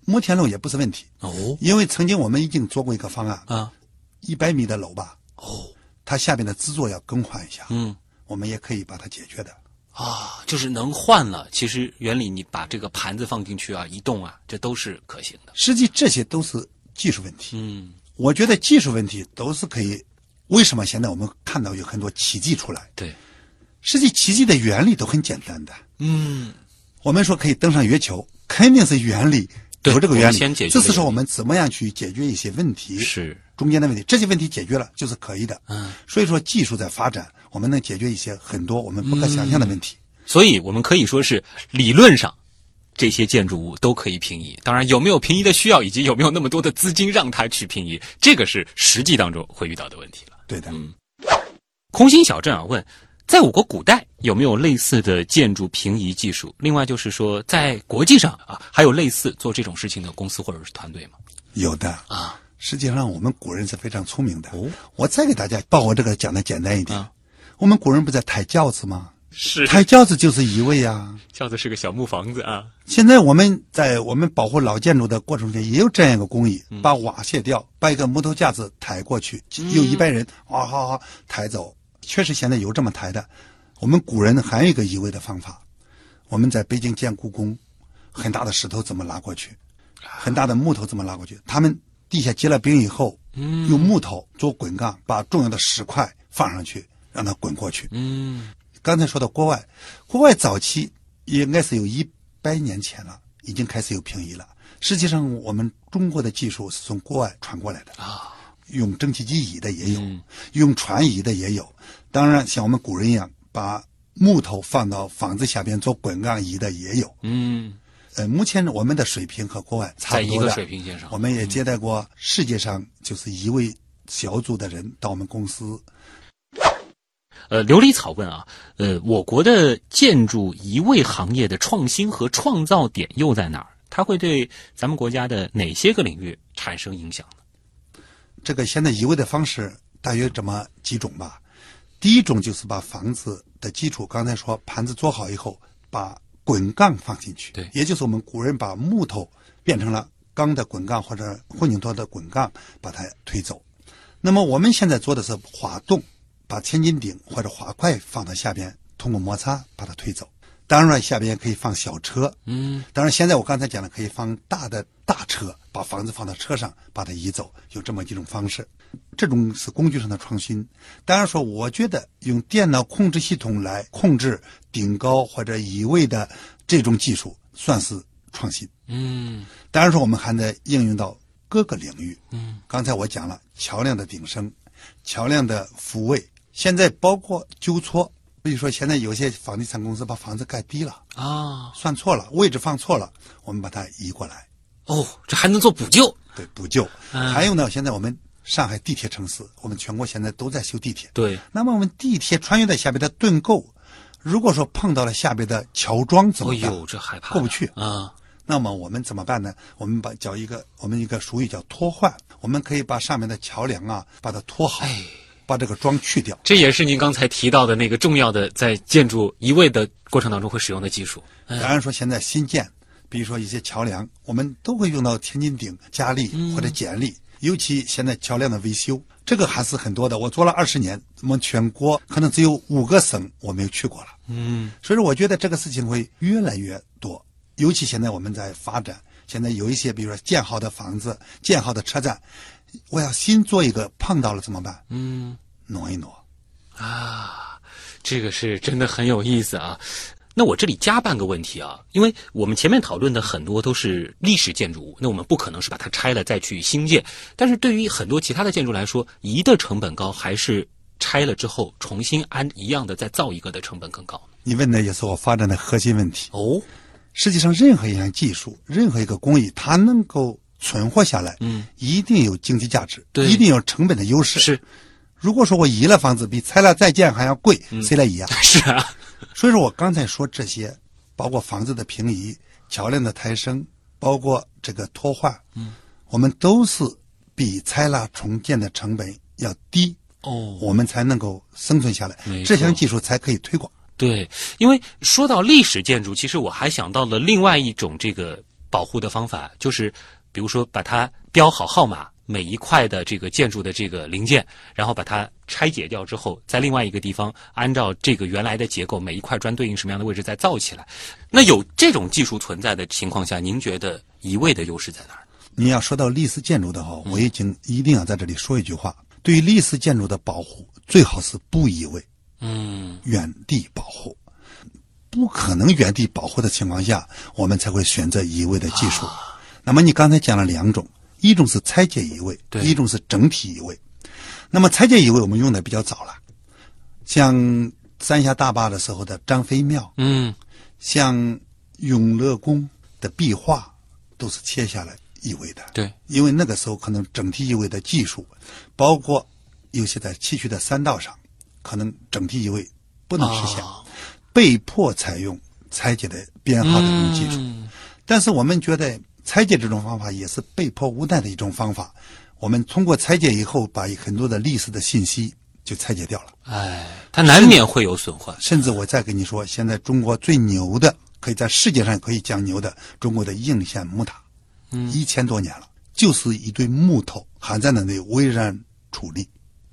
S1: 摩天楼也不是问题，
S2: 哦
S1: 因为曾经我们已经做过一个方案，
S2: 啊，
S1: 一百米的楼吧，
S2: 哦，
S1: 它下面的支座要更换一下，
S2: 嗯
S1: 我们也可以把它解决的。
S2: 啊，就是能换了。其实原理你把这个盘子放进去啊，移动啊，这都是可行的。
S1: 实际这些都是技术问题，
S2: 嗯，
S1: 我觉得技术问题都是可以。为什么现在我们看到有很多奇迹出来？
S2: 对，
S1: 实际奇迹的原理都很简单的，
S2: 嗯，
S1: 我们说可以登上月球，肯定是原理
S2: 对
S1: 有这个原理，
S2: 我们先解决
S1: 这是
S2: 这个
S1: 说我们怎么样去解决一些问题，
S2: 是
S1: 中间的问题，这些问题解决了就是可以的。
S2: 嗯，
S1: 所以说技术在发展，我们能解决一些很多我们不可想象的问题。
S2: 所以我们可以说是理论上。这些建筑物都可以平移，当然有没有平移的需要，以及有没有那么多的资金让它去平移，这个是实际当中会遇到的问题了。
S1: 对的，
S2: 空心小镇啊问，在我国古代有没有类似的建筑平移技术？另外就是说，在国际上啊，还有类似做这种事情的公司或者是团队吗？
S1: 有的。
S2: 啊，
S1: 实际上我们古人是非常聪明的。
S2: 哦
S1: 我再给大家把我这个讲的简单一点。
S2: 啊
S1: 我们古人不在抬轿子吗？
S2: 是
S1: 抬轿子就是移位呀、
S2: 叫的是个小木房子啊，
S1: 现在我们在我们保护老建筑的过程中，也有这样一个工艺，把瓦卸掉，把一个木头架子抬过去，有一般人啊，好好抬走。确实现在有这么抬的。我们古人还有一个移位的方法，我们在北京建故宫，很大的石头怎么拉过去，很大的木头怎么拉过去？他们地下结了冰以后，用木头做滚杠，把重要的石块放上去，让它滚过去。
S2: 嗯，
S1: 刚才说到国外，国外早期也应该是有一百年前了，已经开始有平移了。实际上，我们中国的技术是从国外传过来的
S2: 啊，嗯
S1: 用蒸汽机移的也有，用船移的也有。当然，像我们古人一样，把木头放到房子下边做滚杠移的也有。
S2: 嗯，
S1: 呃，目前我们的水平和国外差
S2: 在
S1: 不
S2: 一
S1: 多
S2: 个
S1: 的，
S2: 水平线上
S1: 我，们也接待过世界上就是一位小组的人到我们公司
S2: 呃，琉璃草问啊，呃，我国的建筑移位行业的创新和创造点又在哪儿？它会对咱们国家的哪些个领域产生影响呢？
S1: 这个现在移位的方式大约这么几种吧。第一种就是把房子的基础，刚才说盘子做好以后，把滚杠放进去，
S2: 对
S1: 也就是我们古人把木头变成了钢的滚杠或者混凝土的滚杠，把它推走。那么我们现在做的是滑动，把千斤顶或者滑块放到下边，通过摩擦把它推走。当然了，下边也可以放小车，
S2: 嗯，
S1: 当然，现在我刚才讲了，可以放大的大车，把房子放到车上，把它移走，有这么几种方式。这种是工具上的创新。当然说，我觉得用电脑控制系统来控制顶高或者移位的这种技术，算是创新。
S2: 嗯，
S1: 当然说，我们还得应用到各个领域。嗯，刚才我讲了桥梁的顶升，桥梁的复位，现在包括纠错。所以说，现在有些房地产公司把房子盖低了。
S2: 啊，
S1: 算错了，位置放错了，我们把它移过来，
S2: 哦，这还能做补救？
S1: 对，补救。还有呢，现在我们上海地铁城市，我们全国现在都在修地铁。
S2: 对，
S1: 那么我们地铁穿越在下边的盾构，如果说碰到了下边的桥桩怎
S2: 哦
S1: 么办？
S2: 呦，这害怕
S1: 过不去
S2: 啊！
S1: 那么我们怎么办呢？我们把叫一个我们一个俗语叫拖换，我们可以把上面的桥梁啊把它拖
S2: 哎
S1: 好，把这个桩去掉。
S2: 这也是您刚才提到的那个重要的，在建筑移位的过程当中会使用的技术。
S1: 当然说现在新建，比如说一些桥梁，我们都会用到千斤顶、加力或者剪力。尤其现在桥梁的维修，这个还是很多的。我做了二十年，我们全国可能只有五个省我没有去过了。
S2: 嗯，
S1: 所以说，我觉得这个事情会越来越多。尤其现在我们在发展，现在有一些，比如说建好的房子、建好的车站，我要新做一个，碰到了怎么办？嗯，挪一挪。
S2: 这个是真的很有意思啊。那我这里加半个问题啊，因为我们前面讨论的很多都是历史建筑物，那我们不可能是把它拆了再去新建。但是对于很多其他的建筑来说，移的成本高还是拆了之后重新安一样的再造一个的成本更高呢？
S1: 你问的也是我发展的核心问题。
S2: 哦，
S1: 实际上，任何一项技术，任何一个工艺，它能够存活下来，
S2: 嗯，
S1: 一定有经济价值，
S2: 对
S1: 一定有成本的优势。，
S2: 是
S1: 如果说我移了房子比拆了再建还要贵，谁来移啊？
S2: 嗯是啊，
S1: 所以说我刚才说这些，包括房子的平移、桥梁的抬升，包括这个拖画，嗯，我们都是比拆了重建的成本要低，
S2: 哦，
S1: 我们才能够生存下来
S2: 没，错
S1: 这项技术才可以推广。
S2: 对，因为说到历史建筑，其实我还想到了另外一种这个保护的方法，就是比如说把它标好号码，每一块的这个建筑的这个零件，然后把它拆解掉之后，在另外一个地方按照这个原来的结构，每一块砖对应什么样的位置再造起来。那有这种技术存在的情况下，您觉得移位的优势在哪儿？
S1: 你要说到历史建筑的话，我已经一定要在这里说一句话：对于历史建筑的保护，最好是不移位，
S2: 嗯，
S1: 原地保护。不可能原地保护的情况下，我们才会选择移位的技术。那么你刚才讲了两种，一种是拆解移位，
S2: 对
S1: 一种是整体移位。那么拆解移位我们用的比较早了，像三峡大坝的时候的张飞庙，
S2: 嗯，
S1: 像永乐宫的壁画，都是切下来移位的。
S2: 对，
S1: 因为那个时候可能整体移位的技术，包括有些在崎岖的山道上，可能整体移位不能实现，
S2: 哦
S1: 被迫采用拆解的编号的这种技术。但是我们觉得拆解这种方法也是被迫无奈的一种方法。我们通过拆解以后，把很多的历史的信息就拆解掉了。
S2: 哎，它难免会有损坏。
S1: 甚至我再跟你说，现在中国最牛的，可以在世界上可以讲牛的，中国的应县木塔，嗯，一千多年了，就是一堆木头还在那里巍然矗立，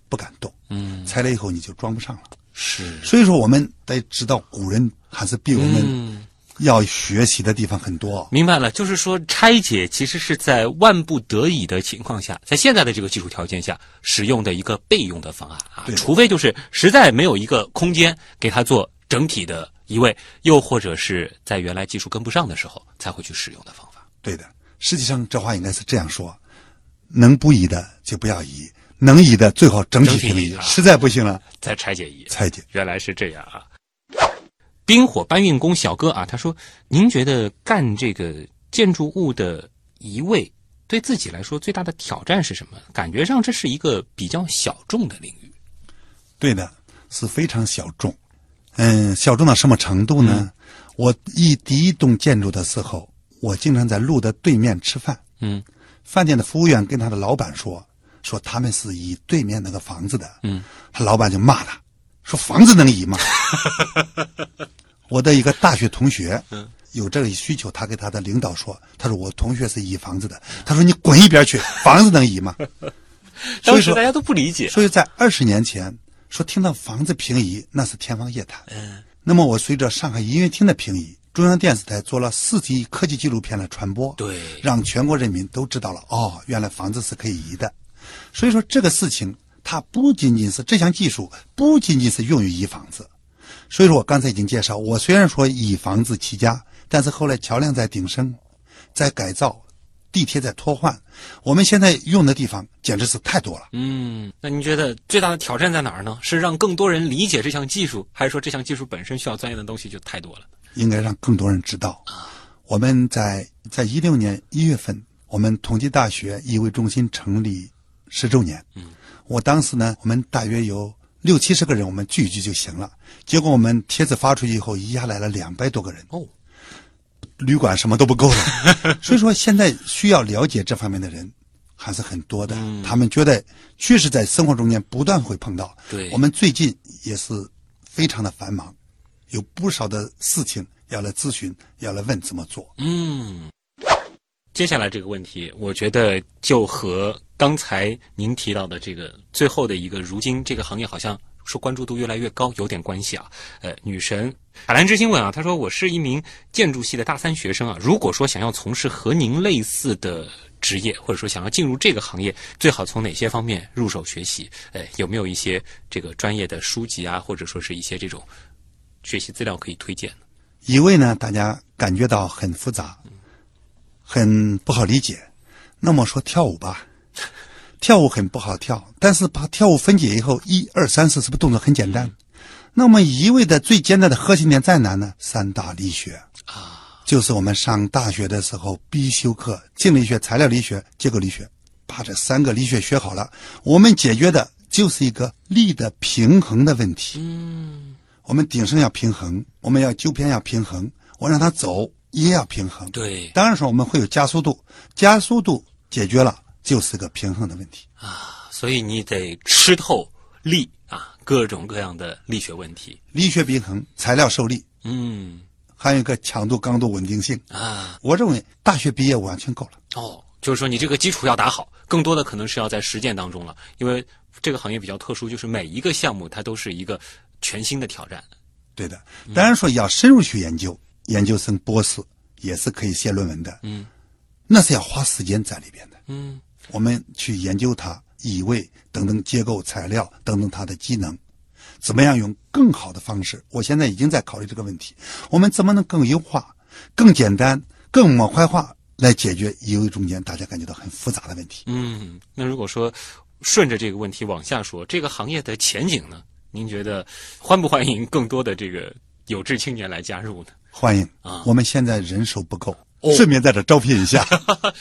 S1: 不敢动，
S2: 嗯，
S1: 拆了以后你就装不上了。
S2: 是，
S1: 所以说，我们得知道古人还是比我们
S2: 嗯。
S1: 要学习的地方很多。
S2: 明白了，就是说拆解其实是在万不得已的情况下，在现在的这个技术条件下使用的一个备用的方案啊，
S1: 对
S2: 除非就是实在没有一个空间给它做整体的移位，又或者是在原来技术跟不上的时候才会去使用的方法。
S1: 对的，实际上这话应该是这样说：能不移的就不要移，能移的最好整体
S2: 整体
S1: 平
S2: 移
S1: 移
S2: 啊，
S1: 实在不行了
S2: 再拆解移，
S1: 拆解。
S2: 原来是这样啊。冰火搬运工小哥啊，他说：“您觉得干这个建筑物的移位，对自己来说最大的挑战是什么？感觉上这是一个比较小众的领域。”
S1: 对的，是非常小众。嗯，小众到什么程度
S2: 嗯
S1: 呢？我一第一栋建筑的时候，我经常在路的对面吃饭。
S2: 嗯，
S1: 饭店的服务员跟他的老板说，说他们是移对面那个房子的。
S2: 嗯，
S1: 他老板就骂他，说房子能移 吗？我的一个大学同学，嗯，有这个需求，他给他的领导说，他说我同学是移房子的，他说你滚一边去，房子能移吗？所
S2: 当
S1: 以
S2: 时
S1: 说
S2: 大家都不理解。
S1: 所以在二十年前，说听到房子平移，那是天方夜谭。嗯，那么我随着上海音乐厅的平移，中央电视台做了四集科技纪录片的传播，
S2: 对
S1: 让全国人民都知道了，哦，原来房子是可以移的。所以说这个事情，它不仅仅是这项技术，不仅仅是用于移房子。所以说我刚才已经介绍，我虽然说以房子起家，但是后来桥梁在顶升，在改造，地铁在拖换，我们现在用的地方简直是太多了。
S2: 嗯，那您觉得最大的挑战在哪儿呢？是让更多人理解这项技术，还是说这项技术本身需要钻研的东西就太多了？
S1: 应该让更多人知道。我们在在一六年一月份，我们同济大学移位中心成立十周年。嗯，我当时呢，我们大约有六七十个人，我们聚一聚就行了。结果我们帖子发出去以后，移下来了两百多个人，
S2: 哦，
S1: 旅馆什么都不够了。 所以说，现在需要了解这方面的人还是很多的。他们觉得确实在生活中间不断会碰到。
S2: 对
S1: 我们最近也是非常的繁忙，有不少的事情要来咨询，要来问怎么做。
S2: 嗯，接下来这个问题，我觉得就和刚才您提到的这个最后的一个，如今这个行业好像说关注度越来越高，有点关系啊。呃，女神海兰之星问啊，她说我是一名建筑系的大三学生啊，如果说想要从事和您类似的。职业或者说想要进入这个行业，最好从哪些方面入手学习？哎，有没有一些这个专业的书籍啊，或者说是一些这种学习资料可以推荐呢？
S1: 一位呢，大家感觉到很复杂，很不好理解。那么说跳舞吧，跳舞很不好跳，但是把跳舞分解以后，一二三四是不是动作很简单？那么一味的最艰难的核心点在哪呢？三大力学啊，就是我们上大学的时候必修课：静力学、材料力学、结构力学。把这三个力学学好了，我们解决的就是一个力的平衡的问题。我们顶升要平衡，我们要纠偏要平衡，我让它走也要平衡。
S5: 对
S1: 当然说我们会有加速度，加速度解决了就是个平衡的问题。
S2: 所以你得吃透力啊，各种各样的力学问题。
S1: 力学平衡，材料受力，
S2: 嗯
S1: 还有一个强度、刚度、稳定性。
S2: 啊，
S1: 我认为大学毕业完全够了。
S2: 哦，就是说你这个基础要打好，更多的可能是要在实践当中了，因为这个行业比较特殊，就是每一个项目它都是一个全新的挑战。
S1: 对的，
S2: 嗯
S1: 当然说要深入去研究，研究生博士也是可以写论文的。
S2: 嗯，
S1: 那是要花时间在里边的。
S2: 嗯，
S1: 我们去研究它异味等等结构材料等等它的机能，怎么样用更好的方式？我现在已经在考虑这个问题，我们怎么能更优化、更简单、更模块化来解决异味中间大家感觉到很复杂的问题？
S2: 嗯，那如果说顺着这个问题往下说，这个行业的前景呢？您觉得欢不欢迎更多的这个有志青年来加入呢？
S1: 欢迎
S2: 啊
S1: 我们现在人手不够，
S2: 哦
S1: 顺便在这招聘一下。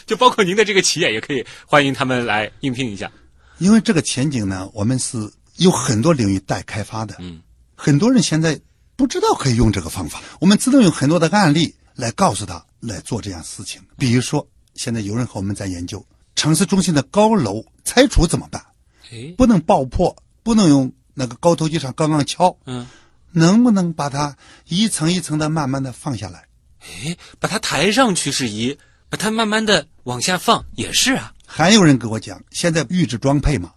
S2: 就包括您的这个企业也可以欢迎他们来应聘一下。
S1: 因为这个前景呢，我们是有很多领域待开发的。
S2: 嗯，
S1: 很多人现在不知道可以用这个方法，我们只能用很多的案例来告诉他来做这样事情。比如说，现在有人和我们在研究城市中心的高楼拆除怎么办？
S2: 哎，
S1: 不能爆破，不能用那个高头机上刚刚敲，
S2: 嗯，
S1: 能不能把它一层一层的慢慢的放下来？
S2: 哎，把它抬上去是一，把它慢慢的往下放也是啊。
S1: 还有人跟我讲，现在预制装配嘛，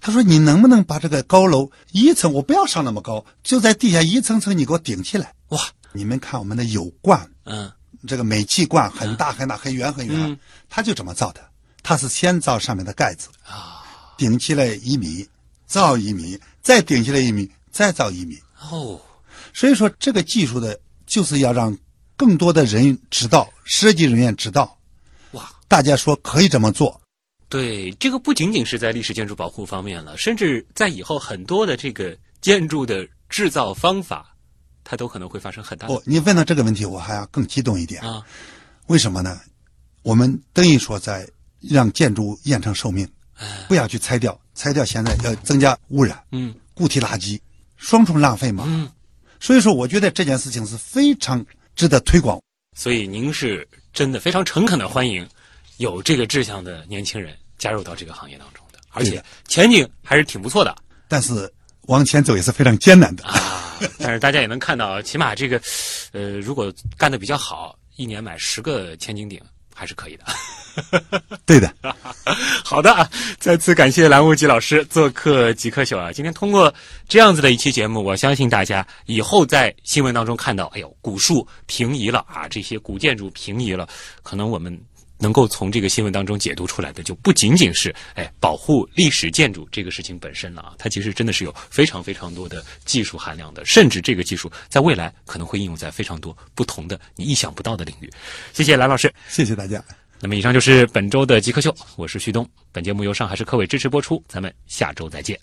S1: 他说你能不能把这个高楼一层，我不要上那么高，就在地下一层层你给我顶起来。
S2: 哇，
S1: 你们看我们的油罐，
S2: 嗯，
S1: 这个煤气罐很大很大很圆很圆，它就这么造的，它是先造上面的盖子啊，顶起来一米，造一米，再顶起来一米，再造一米。
S2: 哦，
S1: 所以说，这个技术的就是要让更多的人知道，设计人员知道，
S2: 哇，
S1: 大家说可以这么做，
S2: 对，这个不仅仅是在历史建筑保护方面了，甚至在以后很多的这个建筑的制造方法，它都可能会发生很大的
S1: 哦，你问到这个问题，我还要更激动一点。
S2: 啊
S1: 为什么呢？我们等于说在让建筑延长寿命，不要去拆掉，拆掉现在要增加污染，
S2: 哎嗯，
S1: 固体垃圾，双重浪费嘛。
S2: 嗯，
S1: 所以说，我觉得这件事情是非常值得推广。
S2: 所以您是真的非常诚恳的欢迎有这个志向的年轻人加入到这个行业当中的，而
S1: 对
S2: 且
S1: 的
S2: 前景还是挺不错的。
S1: 但是往前走也是非常艰难的。
S2: 啊，但是大家也能看到，起码这个，呃，如果干得比较好，一年买十个千斤顶还是可以的。
S1: 对的，
S2: 好的啊，再次感谢蓝无极老师做客极客秀啊！今天通过这样子的一期节目，我相信大家以后在新闻当中看到，哎呦，古树平移了啊，这些古建筑平移了，可能我们。能够从这个新闻当中解读出来的，就不仅仅是哎保护历史建筑这个事情本身了啊，它其实真的是有非常非常多的技术含量的，甚至这个技术在未来可能会应用在非常多不同的你意想不到的领域。谢谢蓝老师。
S1: 谢谢大家。
S2: 那么以上就是本周的极客秀，我是旭东。本节目由上海市科委支持播出，咱们下周再见。